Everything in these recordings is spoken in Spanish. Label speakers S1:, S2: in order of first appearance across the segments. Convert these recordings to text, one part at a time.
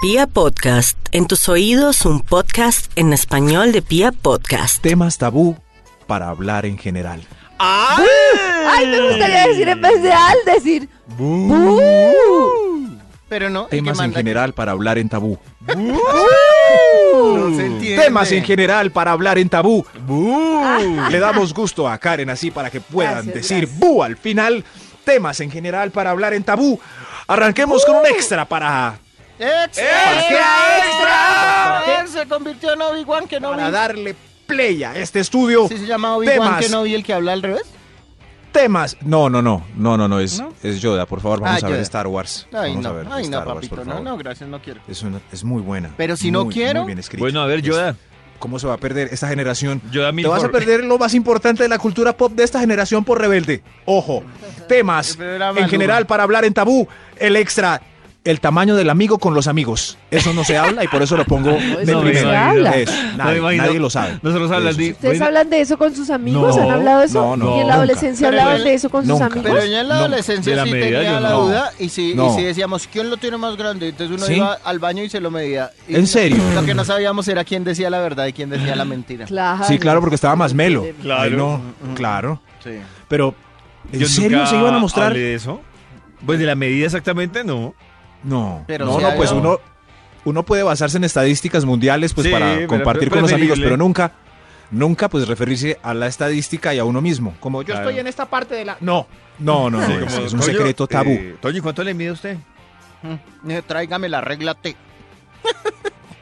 S1: Pia Podcast, en tus oídos un podcast en español de Pia Podcast.
S2: Temas tabú para hablar en general.
S3: ¡Ay!
S4: Ay, me gustaría decir en vez de al, decir bu.
S3: Pero no, el que
S2: Temas en
S3: manda-
S2: general para hablar en tabú.
S3: No se entiende.
S2: Temas en general para hablar en tabú.
S3: Bu.
S2: Le damos gusto a Karen así para que puedan
S4: Gracias,
S2: decir bu al final. Temas en general para hablar en tabú. Arranquemos con un extra para,
S3: ¡Extra!
S2: extra!
S3: ¿Quién se convirtió en Obi-Wan que no
S2: para
S3: vi?
S2: darle play a este estudio.
S3: ¿Sí se llama Obi-Wan
S2: Temas.
S3: que no vi el que habla al revés?
S2: Temas. No, no, no. No, no, no. Es, es Yoda. Por favor, vamos
S3: Ah,
S2: a ver
S3: Yoda.
S2: Star Wars.
S3: Ay,
S2: vamos a
S3: no,
S2: ver
S3: ay, no,
S2: Star Wars,
S3: papito,
S2: por
S3: no,
S2: favor.
S3: no, gracias, no quiero.
S2: Es, una- es muy buena.
S3: Pero si no
S2: Muy-
S3: quiero.
S2: muy bien escrita.
S5: Bueno, a ver, Yoda.
S2: ¿Cómo se va a perder esta generación?
S5: Yoda
S2: Pues, Te vas a
S5: Milford.
S2: perder lo más importante de la cultura pop de esta generación por rebelde. Ojo, temas
S3: Pero era
S2: en
S3: Maluma.
S2: general para hablar en tabú, el extra, el tamaño del amigo con los amigos. Eso no se habla y por eso lo pongo de
S4: no me
S2: primero.
S4: habla.
S2: Eso,
S5: No me
S2: nadie,
S5: imagino.
S2: nadie lo sabe.
S5: Nosotros
S2: Eso
S5: hablas
S2: sí.
S5: de.
S4: ¿Ustedes hablan de eso con sus amigos?
S5: No,
S4: ¿Han hablado de eso?
S2: no, no,
S4: ¿Y en
S5: nunca.
S4: la adolescencia
S3: Pero
S4: hablaban
S3: en-
S4: de eso con sus
S2: nunca.
S4: amigos?
S3: Pero yo en la
S2: No,
S5: de
S3: adolescencia
S5: la
S3: sí
S5: medida
S3: tenía
S5: yo
S3: la
S5: no.
S3: duda y si, y
S2: No.
S3: si decíamos, ¿quién lo tiene más grande? Entonces uno
S2: ¿Sí?
S3: iba al baño y se lo medía. Y
S2: ¿En serio?
S3: Lo que no sabíamos era quién decía la verdad y quién decía la mentira.
S4: Claro.
S2: Sí, claro, porque estaba más melo.
S5: Claro.
S2: Ay, no, claro.
S3: Sí.
S2: Pero, ¿en
S5: Yo
S2: serio
S5: nunca
S2: se iban a mostrar?
S5: hablé de eso? Pues de la medida exactamente, no.
S2: No,
S3: Pero
S2: no,
S3: sí
S2: no,
S3: había-
S2: pues uno, uno puede basarse en estadísticas mundiales pues
S5: Sí,
S2: para
S5: pero
S2: compartir
S5: es
S2: con los amigos,
S5: preferible.
S2: pero nunca, nunca pues referirse a la estadística y a uno mismo. Como yo
S5: Claro.
S2: estoy en esta parte de la... No, no, no,
S5: Sí,
S2: no, es,
S5: como,
S2: es un
S5: "Toño,
S2: secreto tabú.
S5: eh, Toño, ¿cuánto le mide a usted?
S3: Mm. Eh, Tráigame la regla T.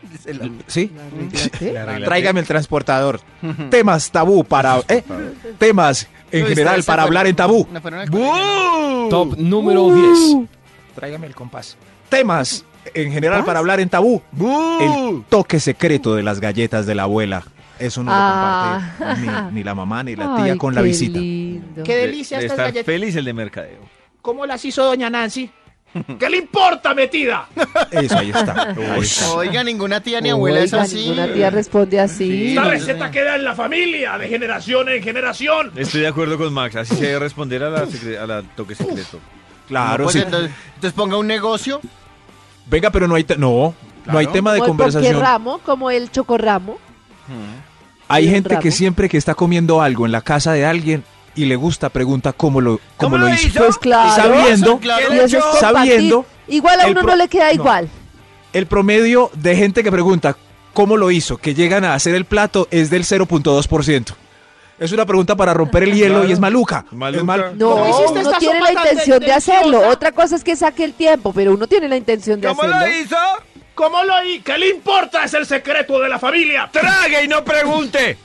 S3: Dice la-
S2: ¿Sí?
S4: ¿Qué?
S5: regla T.
S2: ¿Eh? Tráigame el transportador. Temas tabú para... eh, temas en
S3: No,
S2: general
S3: ustedes se
S2: para
S3: fueron-
S2: hablar en tabú.
S3: no fueron al colegio,
S5: Top.
S6: número 10.
S2: Tráigame el compás. Temas en general para hablar en tabú. El
S5: ¡Bu!
S2: toque secreto de las galletas de la abuela. Eso no
S4: Ah.
S2: lo comparte ni, ni la mamá ni la tía
S4: Ay,
S2: con la
S4: qué
S2: visita.
S4: lindo.
S6: Qué delicia
S5: de
S6: estas
S5: estar
S6: galletas.
S5: feliz el de mercadeo.
S6: ¿Cómo las hizo doña Nancy? ¿Qué le importa, metida?
S2: Eso, ahí está. ahí está.
S3: no. Oiga, ninguna tía ni abuela es
S4: Oiga,
S3: así.
S4: Ninguna tía responde así.
S3: Sí,
S6: Esta
S3: no,
S6: receta
S3: sí.
S6: queda en la familia, de generación en generación.
S5: Estoy de acuerdo con Max, así se debe responder a la, secre- a la toque secreto.
S2: Claro,
S3: No, pues
S2: sí.
S3: entonces, entonces ponga un negocio.
S2: Venga, pero no hay, te- no, no hay tema de
S4: Como el
S2: conversación.
S4: ramo? Como el chocorramo.
S2: Hay
S4: el
S2: gente que
S4: ramo.
S2: siempre que está comiendo algo en la casa de alguien y le gusta, pregunta cómo lo, cómo lo hizo.
S4: Pues claro.
S2: Sabiendo,
S3: Claro.
S4: Y eso es compartir.
S2: sabiendo
S4: Igual a
S2: el
S4: uno
S2: pro-
S4: no le queda
S2: no.
S4: igual.
S2: el promedio de gente que pregunta cómo lo hizo, que llegan a hacer el plato, es del 0.2%. Es una pregunta para romper el hielo
S5: Claro.
S2: y es maluca.
S5: Maluca.
S2: Es mal-
S4: No,
S6: ¿Cómo hiciste
S4: uno
S6: esta
S4: tiene
S6: sopa
S4: la
S6: tan
S4: intención de
S6: deliciosa?
S4: hacerlo. Otra cosa es que saque el tiempo, pero uno tiene la intención de
S5: ¿Cómo
S4: hacerlo.
S5: lo hizo?
S6: ¿Cómo lo hizo? ¿Qué le importa? Es el secreto de la familia.
S5: Trague y no pregunte.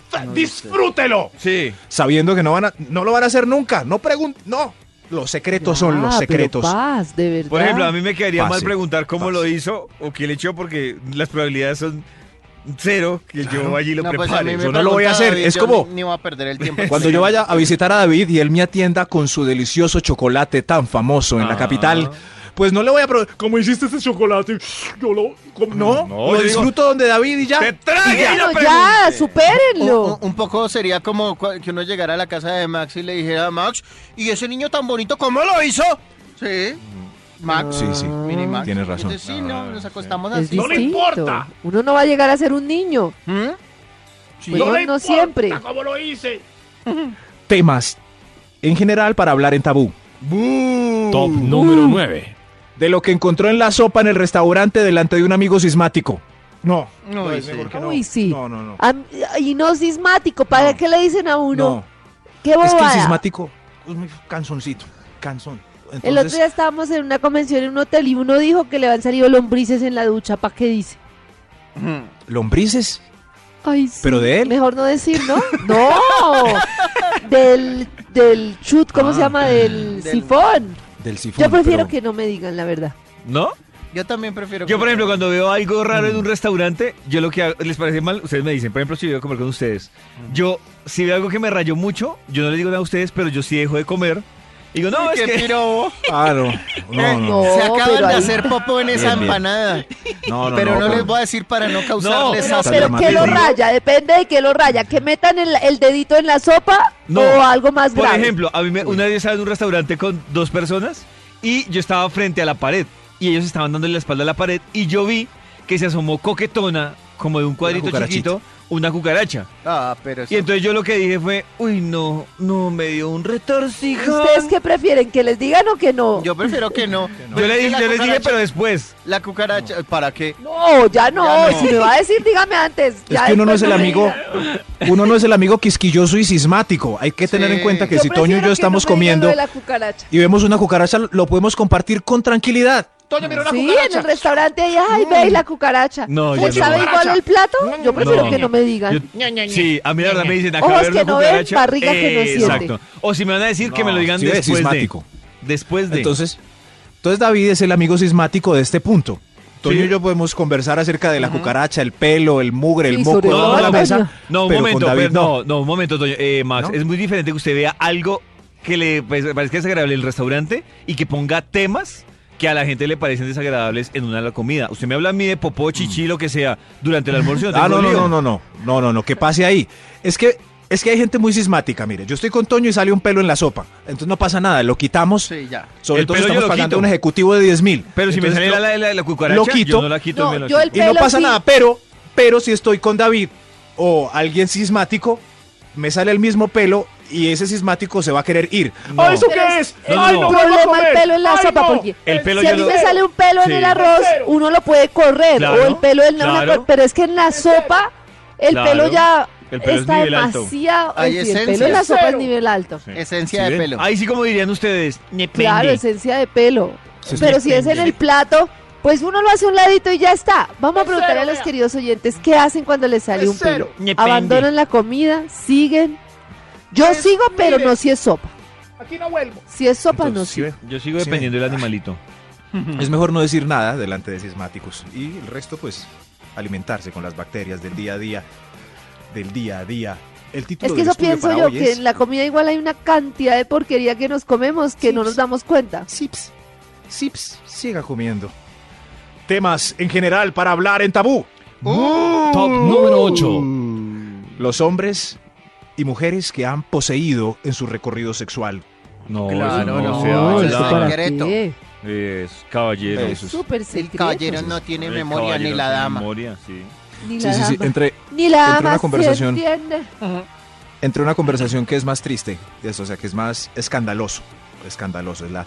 S6: Disfrútelo.
S5: Sí.
S2: Sabiendo que no van a, no lo van a hacer nunca. No pregunten, no. Los secretos son los
S4: Ah, pero
S2: secretos.
S4: paz, de verdad.
S5: Por ejemplo, a mí me quedaría mal
S2: Fácil,
S5: preguntar cómo lo
S2: fácil.
S5: hizo o quién le echó porque las probabilidades son cero que yo allí lo
S3: No, pues a mí
S5: prepare.
S3: me
S2: yo no lo voy a
S3: pregunta
S2: hacer,
S3: David,
S2: es
S3: yo
S2: como-
S3: ni- Ni voy a perder el tiempo.
S2: Cuando yo vaya a visitar a David y él me atienda con su delicioso chocolate tan famoso en la
S5: Ah.
S2: capital, pues no le voy a preguntar, ¿cómo hiciste este chocolate? Yo lo... ¿cómo? No,
S5: No,
S2: lo
S5: yo
S2: disfruto donde David y ya.
S5: ¡Te trague y
S4: Bueno,
S5: no pregunte!
S4: ya,
S3: Un,
S4: supérenlo.
S3: un- un poco sería como cua- que uno llegara a la casa de Max y le dijera a Max, ¿y ese niño tan bonito cómo lo hizo? Sí. Max.
S2: Sí, sí,
S3: Mini Max.
S2: tienes razón.
S3: Entonces, sí, no, nos acostamos
S4: es
S3: así.
S6: No le
S4: distinto.
S6: importa.
S4: Uno no va a llegar a ser un niño.
S3: ¿Mm?
S4: Pues no, no siempre.
S6: ¿Cómo lo hice?
S2: Temas, en general, para hablar en tabú.
S6: Top número 9.
S2: De lo que encontró en la sopa en el restaurante delante de un amigo sismático. No.
S3: No,
S2: no,
S3: sí.
S2: mejor que no.
S4: Uy, sí.
S2: No, no, no.
S4: A mí- Y no sismático. ¿Para qué le dicen a uno?
S2: No,
S4: Qué
S2: es que el
S4: bobada.
S2: sismático es muy canzoncito, canzón.
S4: El otro
S2: Entonces,
S4: día estábamos en una convención en un hotel y uno dijo que le han salido lombrices en la ducha. ¿Para qué dice?
S2: lombrices,
S4: Ay, sí.
S2: pero de él.
S4: Mejor no decir, ¿no? ¡No! del, del chut, ¿cómo
S2: Ah.
S4: se llama? Del,
S3: Del-
S4: sifón.
S2: Del sifón.
S4: Yo prefiero
S2: pero-
S4: que no me digan la verdad.
S5: ¿No?
S3: Yo también prefiero.
S5: Yo,
S3: que-
S5: por ejemplo, cuando veo algo raro en un restaurante, yo lo que hago- les parece mal, ustedes me dicen, por ejemplo, si yo voy a comer con ustedes, yo, si veo algo que me rayó mucho, yo no le digo nada a ustedes, pero yo sí dejo de comer. Y digo, no,
S3: Ay,
S5: es
S3: qué
S5: que...
S3: pirobo.
S2: Ah, no. No, no.
S4: No,
S3: Se acaban
S4: pero
S3: de
S4: ahí-
S3: hacer popo en esa
S2: Bien, bien.
S3: empanada.
S2: No, no,
S3: pero no,
S2: no,
S3: les voy a decir para no causarles
S4: Pero,
S2: Tan
S3: asco.
S4: pero que lo
S2: dramático.
S4: raya, depende de que lo raya. Que metan el, el dedito en la sopa
S5: No.
S4: o algo más
S5: Por
S4: grave.
S5: ejemplo, a mí me- una vez estaba en un restaurante con dos personas y yo estaba frente a la pared y ellos estaban dándole la espalda a la pared y yo vi que se asomó coquetona, como de un cuadrito
S2: cucarachita.
S5: chiquito, una cucaracha.
S3: Ah, pero
S5: Y
S3: eso-
S5: entonces yo lo que dije fue, uy, no, no, me dio un retorcijón.
S4: ¿Ustedes qué prefieren? ¿Que les digan o que no?
S3: yo prefiero que no. Pero
S5: Yo,
S3: es
S5: le
S3: que
S5: dije,
S3: la
S5: yo les dije,
S3: cucaracha-
S5: pero después.
S3: La cucaracha, ¿para qué?
S4: No, ya no.
S3: Ya no.
S4: Si me va a decir, dígame antes.
S2: Es
S4: Ya
S2: que uno no
S4: después
S2: es el
S4: me
S2: amigo,
S4: diga.
S2: uno no es el amigo quisquilloso y sismático. Hay que tener
S3: Sí.
S2: en cuenta que
S4: Yo
S2: si Toño y
S4: prefiero
S2: yo
S4: que
S2: estamos
S4: no me digan
S2: comiendo
S4: lo de la cucaracha.
S2: y vemos una cucaracha, lo podemos compartir con tranquilidad.
S6: Toño, mira una
S4: Sí,
S6: cucaracha.
S4: en el restaurante ahí, ay, ve la cucaracha.
S5: No,
S4: ¿Le
S5: yo no.
S4: sabe igual el plato? Yo prefiero
S5: No.
S4: que no me digan.
S5: Yo- sí, a mí la verdad me dicen, acá
S4: Ojos
S5: ver
S4: que
S5: una
S4: no ven,
S5: cucaracha.
S4: barriga que no siente.
S5: Eh, Exacto. O si me van a decir que me lo digan
S2: Sí, es
S5: después de.
S2: sismático.
S5: Después de.
S2: Entonces, entonces David es el amigo sismático de este punto. Toño
S5: Sí.
S2: y yo podemos conversar acerca de la cucaracha, el pelo, el mugre, el
S4: Sí,
S2: moco,
S4: sobre
S2: de
S4: todo
S2: toda la
S4: Toño.
S2: mesa.
S5: No, un
S2: pero con
S5: momento,
S2: David
S5: pero no, no, un momento, Toño. Eh, Max,
S2: ¿No?
S5: es muy diferente que usted vea algo que le pues, parezca desagradable en el restaurante y que ponga temas que a la gente le parecen desagradables en una comida. Usted me habla a mí de popó, chichi, lo que sea, durante el almuerzo.
S2: Mm. Ah,
S5: tengo
S2: no, no,
S5: lío.
S2: no, no, no, no, no, no, que pase ahí. Es que, es que hay gente muy sismática, mire. Yo estoy con Toño y sale un pelo en la sopa. Entonces no pasa nada, lo quitamos.
S3: Sí, ya.
S2: Sobre
S5: El
S2: todo si
S5: pelo yo
S2: estamos
S5: lo
S2: pagando
S5: quito.
S2: un ejecutivo de 10 mil.
S5: Pero si me sale la, la, la- la cucaracha,
S2: lo quito.
S5: yo no la quito.
S4: No,
S5: me la
S4: yo el
S5: quito.
S2: Y no
S4: Pelo
S2: pasa
S4: sí.
S2: nada, pero, pero si estoy con David o alguien sismático, me sale el mismo pelo y ese sismático se va a querer ir.
S6: ¿Ah, ¿Eso
S4: Pero
S6: qué
S4: es-
S6: es?
S5: No,
S6: ¡Ay,
S5: no,
S6: no,
S5: no.
S6: vuelvo a
S4: problema el
S6: comer!
S4: pelo en la
S6: ¡Ay,
S4: sopa,
S6: no!
S4: porque
S5: El pelo
S4: si
S5: yo
S4: a mí
S5: lo-
S4: me sale un pelo
S5: Sí.
S4: en el arroz,
S6: Entero.
S4: uno lo puede correr,
S5: Claro,
S4: o el pelo en la
S5: claro.
S4: una- pero es que en la sopa el
S5: Claro.
S4: pelo ya
S5: El pelo es
S4: está
S5: nivel alto.
S4: demasiado,
S3: Hay
S4: sí, el pelo
S3: esencia.
S4: en la sopa es
S6: Cero.
S4: nivel alto.
S3: Esencia
S5: ¿Sí
S3: de
S5: ven?
S3: pelo.
S5: Ahí sí, como dirían ustedes, depende.
S4: Claro, esencia de pelo.
S2: Sí,
S4: Pero si es en el plato, pues uno lo hace a un ladito y ya está. Vamos a
S6: Es
S4: preguntar
S6: cero,
S4: a los
S6: vea.
S4: queridos oyentes qué hacen cuando les sale
S6: Es
S4: un pelo.
S6: cero.
S5: Depende.
S4: Abandonan la comida, siguen. Yo
S6: Es-
S4: sigo, pero
S6: Pues mire.
S4: no si es sopa.
S6: Aquí no vuelvo.
S4: Si es sopa, no
S2: Entonces, sí
S4: sigo.
S5: Yo sigo
S2: Sí.
S5: dependiendo del animalito.
S2: Es mejor no decir nada delante de sismáticos y el resto pues alimentarse con las bacterias del día a día, del día a día. El título
S4: Es que
S2: del
S4: eso
S2: estudio
S4: pienso
S2: para
S4: yo,
S2: hoy
S4: que
S2: es-
S4: en la comida igual hay una cantidad de porquería que nos comemos que no nos damos cuenta.
S2: Sips, sips, siga comiendo. Temas en general para hablar en tabú.
S5: Top número 8.
S2: Los hombres y mujeres que han poseído en su recorrido sexual.
S5: No,
S3: Claro,
S5: eso no,
S3: no,
S5: se
S3: eso
S5: habla.
S3: es para- secreto.
S4: qué?
S5: Es caballero.
S2: Eso.
S4: Súper
S3: El
S4: secreto.
S3: caballero no tiene
S5: El
S3: memoria ni
S5: caballero
S3: la
S5: sin
S3: dama.
S5: memoria, sí.
S4: Ni
S2: Sí,
S4: la
S2: sí, sí,
S4: dama.
S2: entre,
S4: Ni la
S2: entre
S4: dama
S2: una
S4: sí
S2: conversación.
S4: entiende.
S2: entre una conversación que es más triste, es, o sea, que es más escandaloso. Escandaloso es la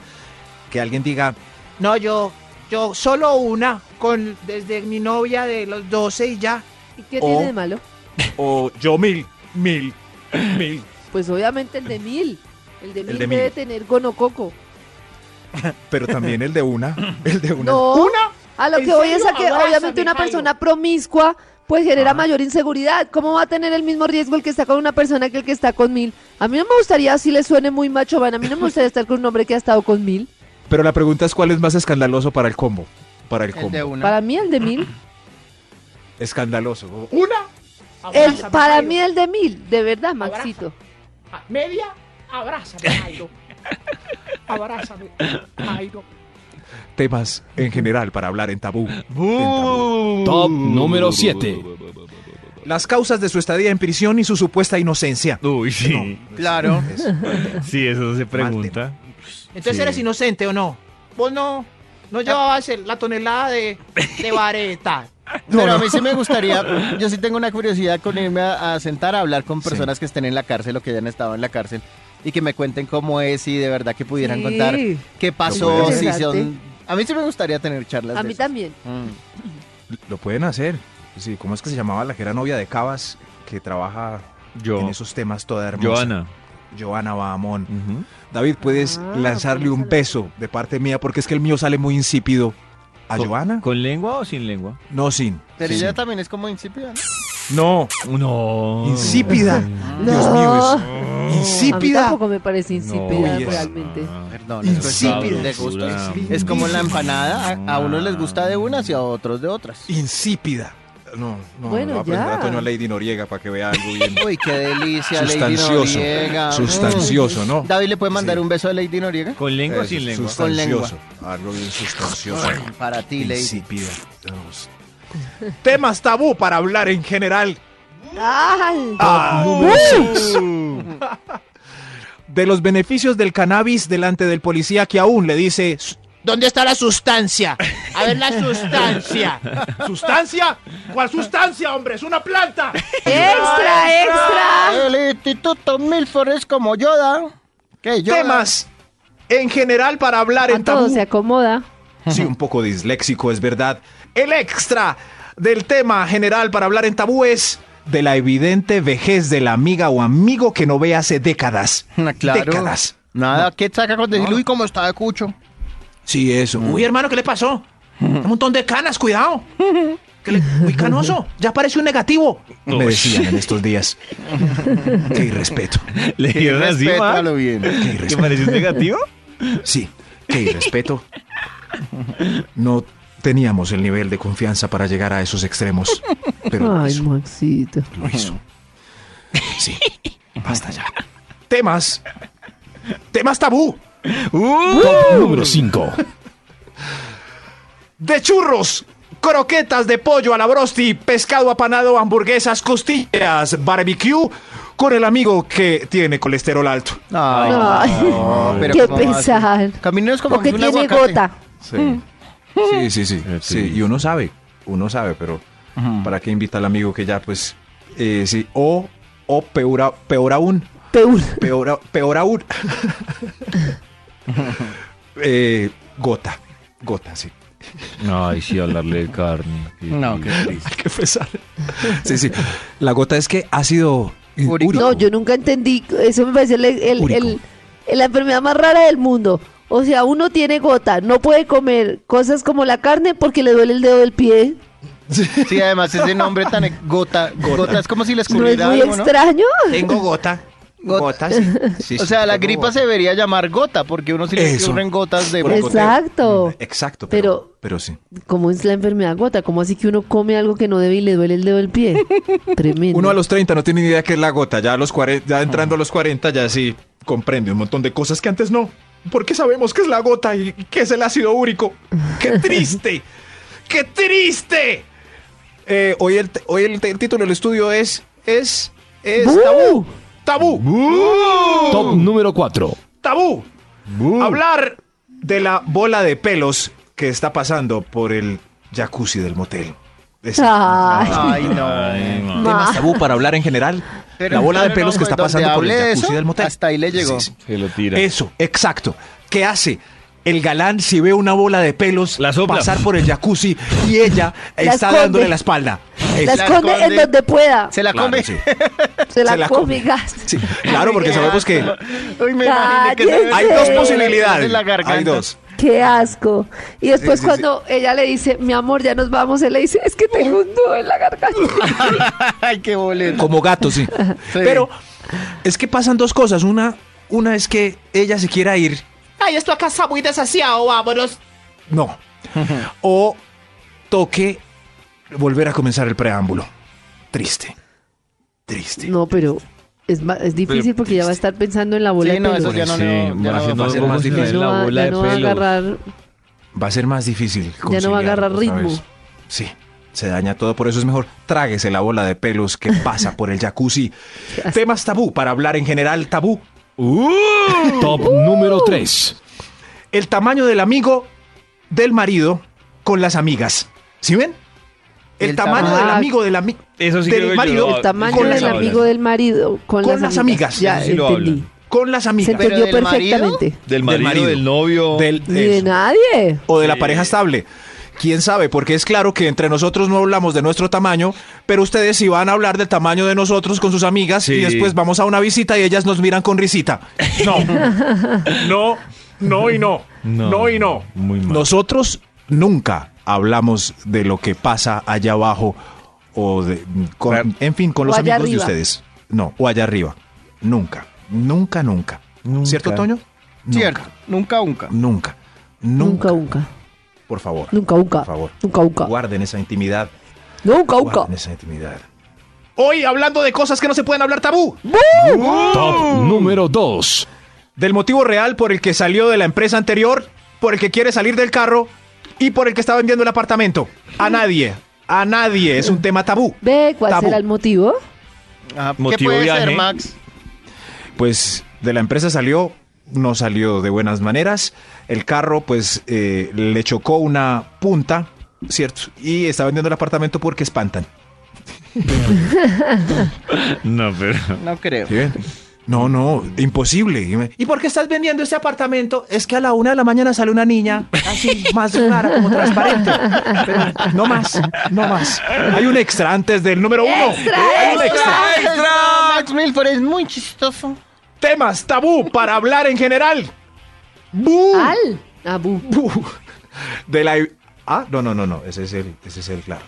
S2: que alguien diga,
S7: No, yo, yo solo una, con desde mi novia de los 12 y ya.
S4: ¿Y qué
S2: O-
S4: tiene de malo?
S2: o yo mil, mil, mil.
S4: Pues obviamente el de mil. El de mil,
S2: de
S4: debe
S2: mil.
S4: tener gonococo.
S2: Pero también el de una, el de una.
S4: No. A lo
S6: ¿En
S4: que voy
S6: serio?
S4: es a que
S6: Abrázame,
S4: obviamente una
S6: Jairo.
S4: persona promiscua pues genera mayor inseguridad. ¿Cómo va a tener el mismo riesgo el que está con una persona que el que está con mil? A mí no me gustaría, si le suene muy macho, van, a mí no me gustaría estar con un hombre que ha estado con mil.
S2: Pero la pregunta es cuál es más escandaloso para el combo. Para el
S3: El de
S2: combo.
S3: una.
S4: Para mí el de mil.
S2: Escandaloso.
S6: Una.
S4: El-
S6: abrázame,
S4: para
S6: Jairo.
S4: mí el de mil, de verdad, Maxito.
S7: Ah,
S6: A- Media, abrázame, Jairo. Abrázame, Jairo.
S2: Temas en general para hablar en tabú. En tabú.
S8: Top número 7.
S2: Las causas de su estadía en prisión y su supuesta inocencia.
S5: Uy, sí.
S3: Claro.
S5: Sí, eso no se pregunta.
S7: Entonces
S5: Sí.
S7: eres inocente o no. Vos no, no llevabas el- la tonelada de, de vareta.
S3: Pero a mí sí me gustaría, yo sí tengo una curiosidad con irme a, a sentar a hablar con personas que estén en la cárcel o que hayan estado en la cárcel y que me cuenten cómo es y de verdad que pudieran
S4: Sí.
S3: contar qué
S2: Lo
S3: pasó,
S2: puedes.
S3: si son...
S4: Interesante.
S3: A mí sí me gustaría tener charlas
S4: A
S3: de
S4: mí
S3: esas.
S4: también.
S3: Mm.
S2: Lo pueden hacer. Sí, ¿cómo es que se llamaba la que era novia de Cabas que trabaja
S5: Yo.
S2: en esos temas toda hermosa?
S5: Joana.
S2: Joana Bahamón.
S5: Ujú.
S2: David, puedes
S4: Ah,
S2: lanzarle un
S4: pásala.
S2: beso de parte mía porque es que el mío sale muy insípido. ¿A
S5: ¿Con-
S2: Joana?
S5: ¿Con lengua o sin lengua?
S2: No, sin.
S3: Pero
S2: sin.
S3: ella también es como insípida, ¿no?
S2: No,
S5: No.
S2: insípida.
S3: Mm.
S2: Dios
S4: No.
S2: mío, es
S4: A mí
S2: insípida.
S4: tampoco me parece insípida
S2: Uy, es-
S4: realmente.
S3: Perdón, es cuestión
S2: Insípido.
S3: de gustos.
S5: Insípido.
S3: Es como la empanada, a, a unos les gusta de unas y a otros de otras.
S2: Insípida. No, no,
S4: Bueno,
S2: le voy a presentar
S4: ya.
S2: a Toño a Lady Noriega para que vea algo bien
S3: Uy, qué delicia, Lady
S2: sustancioso.
S3: Noriega.
S2: Sustancioso, ¿no?
S3: Mm. David, ¿le puede mandar
S2: Sí.
S3: un beso a Lady Noriega?
S5: ¿Con lengua o
S2: Eso,
S5: sin lengua?
S3: Con lengua.
S2: Eh, Sustancioso. Algo bien sustancioso.
S3: Para ti, Lady.
S2: Insípida. Dios. Temas tabú para hablar en general.
S4: ¡Ay!
S2: Ah,
S5: Uh,
S2: de los beneficios del cannabis delante del policía que aún le dice, "S-
S7: ¿Dónde está la sustancia? A ver la sustancia.
S6: ¿Sustancia? ¿Cuál sustancia, hombre? ¡Es una planta!
S4: ¡Extra, extra!
S3: El Instituto Milford es como Yoda. ¿Qué Yoda?
S2: Temas en general para hablar
S4: A
S2: en
S4: todo
S2: tabú.
S4: se acomoda.
S2: Sí, un poco disléxico, es verdad. El extra del tema general para hablar en tabú es de la evidente vejez de la amiga o amigo que no ve hace décadas.
S3: Ah, Claro.
S2: Décadas.
S3: Nada, ¿qué saca con decir, uy, cómo está de cucho?
S2: Sí, eso.
S7: Uy, hermano, ¿qué le pasó? Un montón de canas, cuidado. Que le- Uy, canoso, ya parece un negativo.
S2: me decían en estos días. Qué irrespeto.
S5: Le dieron así, ma.
S3: Respétalo bien.
S2: Qué
S5: ¿Que
S2: irrespeto.
S5: pareció un negativo?
S2: Sí, qué irrespeto. No teníamos el nivel de confianza para llegar a esos extremos. Pero lo
S4: Ay,
S2: hizo,
S4: Maxito.
S2: lo hizo. Sí, basta ya. Temas. Temas tabú. Uh.
S8: Top número 5.
S2: de churros, croquetas de pollo a la brosti, pescado apanado, hamburguesas, costillas, barbecue, con el amigo que tiene colesterol alto.
S3: Ay,
S4: Ay, qué
S3: ¿cómo va a ser?
S4: pesar.
S3: Camino es como
S4: Porque
S3: un
S4: tiene
S3: aguacate.
S4: gota.
S2: Sí. Sí, sí, sí,
S8: Eh,
S2: sí. Y uno sabe, uno sabe, pero ¿para qué invita al amigo que ya, pues, eh, sí, o, o peor, a- peor aún,
S4: Peor.
S2: peor, a- peor aún, Eh, gota, gota, sí.
S5: Ay, sí, hablarle de carne.
S3: No, qué
S2: Hay que pesar. Sí, sí. La gota es que ha sido...
S3: Úrico.
S4: No, yo nunca entendí. Eso me parece el- el- el- la enfermedad más rara del mundo. O sea, uno tiene gota, no puede comer cosas como la carne porque le duele el dedo del pie.
S3: Sí, además ese nombre tan e- gota, gota, es como si les
S4: ¿No es
S3: cubriera
S4: muy
S3: algo, ¿no?
S4: extraño?
S7: Tengo gota.
S3: Gota.
S7: Gotas.
S3: O sea, la gripa se debería llamar gota, porque uno sí le
S2: Eso.
S3: ocurren gotas de
S2: Por goteo.
S4: Exacto.
S2: Exacto, pero,
S4: Pero-
S2: pero, sí.
S4: ¿Cómo es la enfermedad gota? ¿Cómo así que uno come algo que no debe y le duele el dedo del pie? Tremendo.
S2: Uno a los 30 no tiene ni idea qué es la gota, ya a los 40, ya entrando a los 40 ya sí comprende un montón de cosas que antes no, porque sabemos qué es la gota y qué es el ácido úrico. ¡Qué triste! ¡Qué triste! Eh, hoy el, t- hoy el, t- el título del estudio es es es tabú. Tabú.
S8: Top número 4.
S2: Tabú. Hablar de la bola de pelos que está pasando por el jacuzzi del motel. Es-
S4: Ah. Ay,
S3: Ay, no.
S2: temas
S4: ma.
S2: Ah. tabú para hablar en general.
S3: Pero
S2: la bola de
S3: no,
S2: pelos
S3: no,
S2: que está
S3: donde
S2: pasando por el
S3: hable de
S2: jacuzzi
S3: eso,
S2: del motel.
S3: hasta ahí le llegó.
S5: Se lo tira.
S2: Eso, exacto. ¿Qué hace? El galán si ve una bola de pelos
S5: La sopla.
S2: pasar por el jacuzzi y ella
S4: La
S2: está
S4: esconde.
S2: dándole la espalda.
S4: la
S2: Es-
S3: la
S4: esconde en
S3: esconde.
S4: donde pueda.
S3: Se la
S2: Claro,
S3: come.
S2: sí.
S4: Se la,
S2: se la
S4: come.
S2: come.
S4: gas.
S2: Sí, claro, porque sabemos que
S3: Uy, me imaginé que se-
S2: hay
S4: Sí.
S2: dos
S4: Sí.
S2: posibilidades.
S3: En la garganta.
S2: Hay dos.
S4: Qué asco. Y después
S2: Sí, sí,
S4: cuando ella le dice, mi amor, ya nos vamos, él le dice, es que tengo un nudo en la garganta.
S3: Ay, qué boleto.
S2: Como gato, sí. Pero es que pasan dos cosas. Una, una es que ella se quiera ir.
S7: Ay, esto acá está muy desasiado, vámonos.
S2: No. O toque volver a comenzar el preámbulo. Triste. Triste.
S4: no, pero es, ma- es difícil porque ya va a estar pensando en la bola
S3: Sí,
S4: de
S3: no,
S4: pelo.
S3: eso ya no,
S5: Sí,
S3: no, ya no,
S5: haciendo
S3: va a ser
S2: algo
S3: más
S2: más
S4: Ya
S5: difícil.
S4: no
S5: La
S4: va,
S5: bola
S4: ya
S5: de
S4: no va a
S5: pelos.
S4: agarrar.
S2: Va a ser más difícil.
S4: Ya no va a
S2: conciliar
S4: agarrar
S2: otra
S4: ritmo.
S2: vez. Sí, se daña todo, por eso es mejor tráguese la bola de pelos que pasa por el jacuzzi. Temas tabú, para hablar en general tabú. Uh.
S8: Top número 3.
S2: El tamaño del amigo del marido con las amigas. ¿Sí ven? El,
S3: El
S2: tamaño del
S4: tamaño. Ah.
S2: amigo del amigo.
S5: Eso sí
S2: Del
S5: creo que
S2: marido.
S5: yo-
S2: El
S4: El tamaño
S2: con las
S4: del
S2: amigas.
S4: amigo del marido con,
S2: Con las amigas,
S4: Ya
S5: eso sí lo
S4: entendí.
S5: hablan.
S2: Con las
S4: Se
S2: amigas.
S3: Pero
S4: entendió
S3: ¿del marido?
S4: perfectamente.
S5: Del
S2: Del
S5: marido,
S2: marido.
S5: del novio.
S2: Del-
S4: Ni de
S2: eso.
S4: nadie.
S2: o de la pareja estable. Quién sabe, porque es claro que entre nosotros no hablamos de nuestro tamaño, pero ustedes sí van a hablar del tamaño de nosotros con sus amigas
S5: Sí.
S2: y después vamos a una visita y ellas nos miran con risita.
S6: No. No, no y no. No, y no.
S5: Muy mal.
S2: Nosotros nunca hablamos de lo que pasa allá abajo o de, con-
S5: Claro.
S2: en fin, con
S4: O
S2: los
S4: allá
S2: amigos de
S4: arriba.
S2: ustedes. No, o allá arriba. Nunca, nunca, nunca.
S5: Nunca.
S2: ¿Cierto, Toño?
S3: Cierto. Nunca, nunca.
S2: Nunca, nunca, nunca.
S4: Nunca, nunca.
S2: Por favor,
S4: Nunca, nunca.
S2: Por favor.
S4: Nunca, nunca.
S2: guarden esa intimidad.
S4: Nunca, nunca.
S2: Guarden esa intimidad.
S6: Hoy hablando de cosas que no se pueden hablar tabú.
S8: Top número 2.
S2: del motivo real por el que salió de la empresa anterior, por el que quiere salir del carro y por el que está vendiendo el apartamento. A nadie, a nadie. Es un tema tabú.
S4: Ve, ¿cuál
S2: Tabú.
S4: será el motivo?
S3: Ajá, ¿Qué
S5: Motivo
S3: puede
S5: viaje.
S3: ser, Max?
S2: Pues de la empresa salió no salió de buenas maneras. El carro, pues, eh, le chocó una punta, ¿cierto? Y está vendiendo el apartamento porque espantan.
S5: No, pero.
S3: No creo.
S2: ¿Sí ven? No, no, imposible. Y me-
S7: ¿Y por qué estás vendiendo este apartamento? Es que a la una de la mañana sale una niña así, más rara, como transparente. Pero no más, no más.
S2: Hay un extra antes del número uno. Hay un extra.
S3: Max Milford es muy chistoso.
S2: Temas tabú para hablar en general. ¡Bu!
S4: Al. Abu.
S2: ¡Bu! De la. Ah, no, no, no, no. Ese es el, ese es el claro.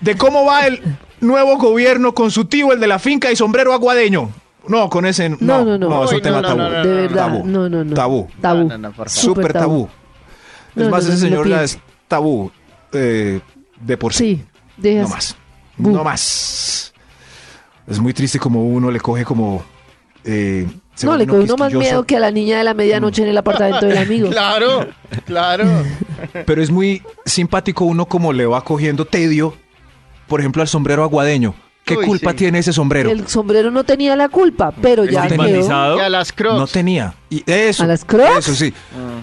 S2: De cómo va el nuevo gobierno con su tío, el de la finca y sombrero aguadeño. No, con ese. No,
S4: No, no, no.
S2: es un
S3: Uy, no,
S2: tema
S3: no,
S2: tabú.
S3: no, no,
S4: De verdad.
S2: Tabú.
S4: No, no, no.
S2: Tabú.
S4: Tabú.
S3: No, no, no, por favor.
S2: Súper tabú.
S4: No,
S2: es
S4: no,
S2: más,
S4: no,
S2: ese
S4: ni lo
S2: señor ya
S4: piense.
S2: es tabú eh, de por sí.
S4: Sí. Dejas.
S2: No más.
S4: Bu.
S2: No más. Es muy triste como uno le coge como. eh, se
S4: No,
S2: vuelve
S4: le cogió uno más
S2: quisquilloso. Mm.
S4: miedo que a la niña de la medianoche en el apartamento del amigo.
S3: Claro, claro.
S2: Pero es muy simpático uno como le va cogiendo tedio, por ejemplo, al sombrero aguadeño. ¿Qué
S3: Uy,
S2: culpa
S3: sí.
S2: tiene ese sombrero?
S4: El sombrero no tenía la culpa, pero ya quedó.
S5: Estigmatizado.
S3: Y a las crocs.
S2: No tenía. Y eso.
S4: ¿A las Crocs? Ah.
S2: Eso sí.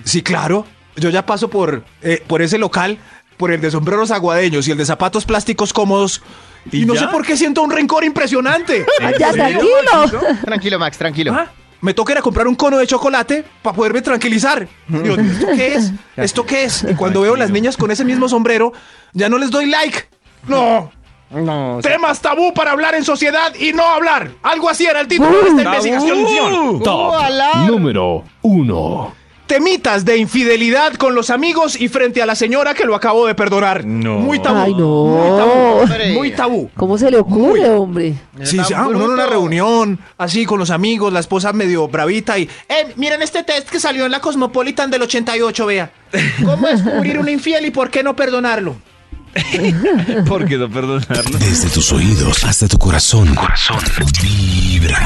S2: Sí, claro. Yo ya paso por, eh, por ese local, por el de sombreros aguadeños y el de zapatos plásticos cómodos. Y,
S5: ¿Y
S2: no
S5: ya?
S2: sé por qué siento un rencor impresionante.
S4: Ah, Ya, tranquilo.
S3: Tranquilo, Max, tranquilo.
S2: Ah, Me toca ir a comprar un cono de chocolate para poderme tranquilizar. Digo, ¿esto qué es? ¿Esto qué es? Y cuando veo las niñas con ese mismo sombrero, ya no les doy like. No.
S3: No,
S2: Temas tabú para hablar en sociedad y no hablar. Algo así era el título de
S5: Uh.
S2: esta investigación.
S3: Uh,
S8: Top
S3: Ojalá.
S8: número uno.
S2: Temitas de infidelidad con los amigos y frente a la señora que lo acabo de perdonar.
S5: No.
S2: Muy tabú.
S4: Ay,
S2: Muy tabú.
S4: no.
S3: Hombre.
S2: Muy tabú.
S4: ¿Cómo se le ocurre, hombre?
S2: Sí,
S3: Tan
S2: sí, ah, uno en
S3: bruto.
S2: una reunión, así con los amigos, la esposa medio bravita y, eh, miren este test que salió en la Cosmopolitan del 88, vea. ¿Cómo descubrir un infiel y por qué no perdonarlo?
S5: ¿Por qué no perdonarlo?
S9: Desde tus oídos hasta tu corazón. Corazón. Vibra.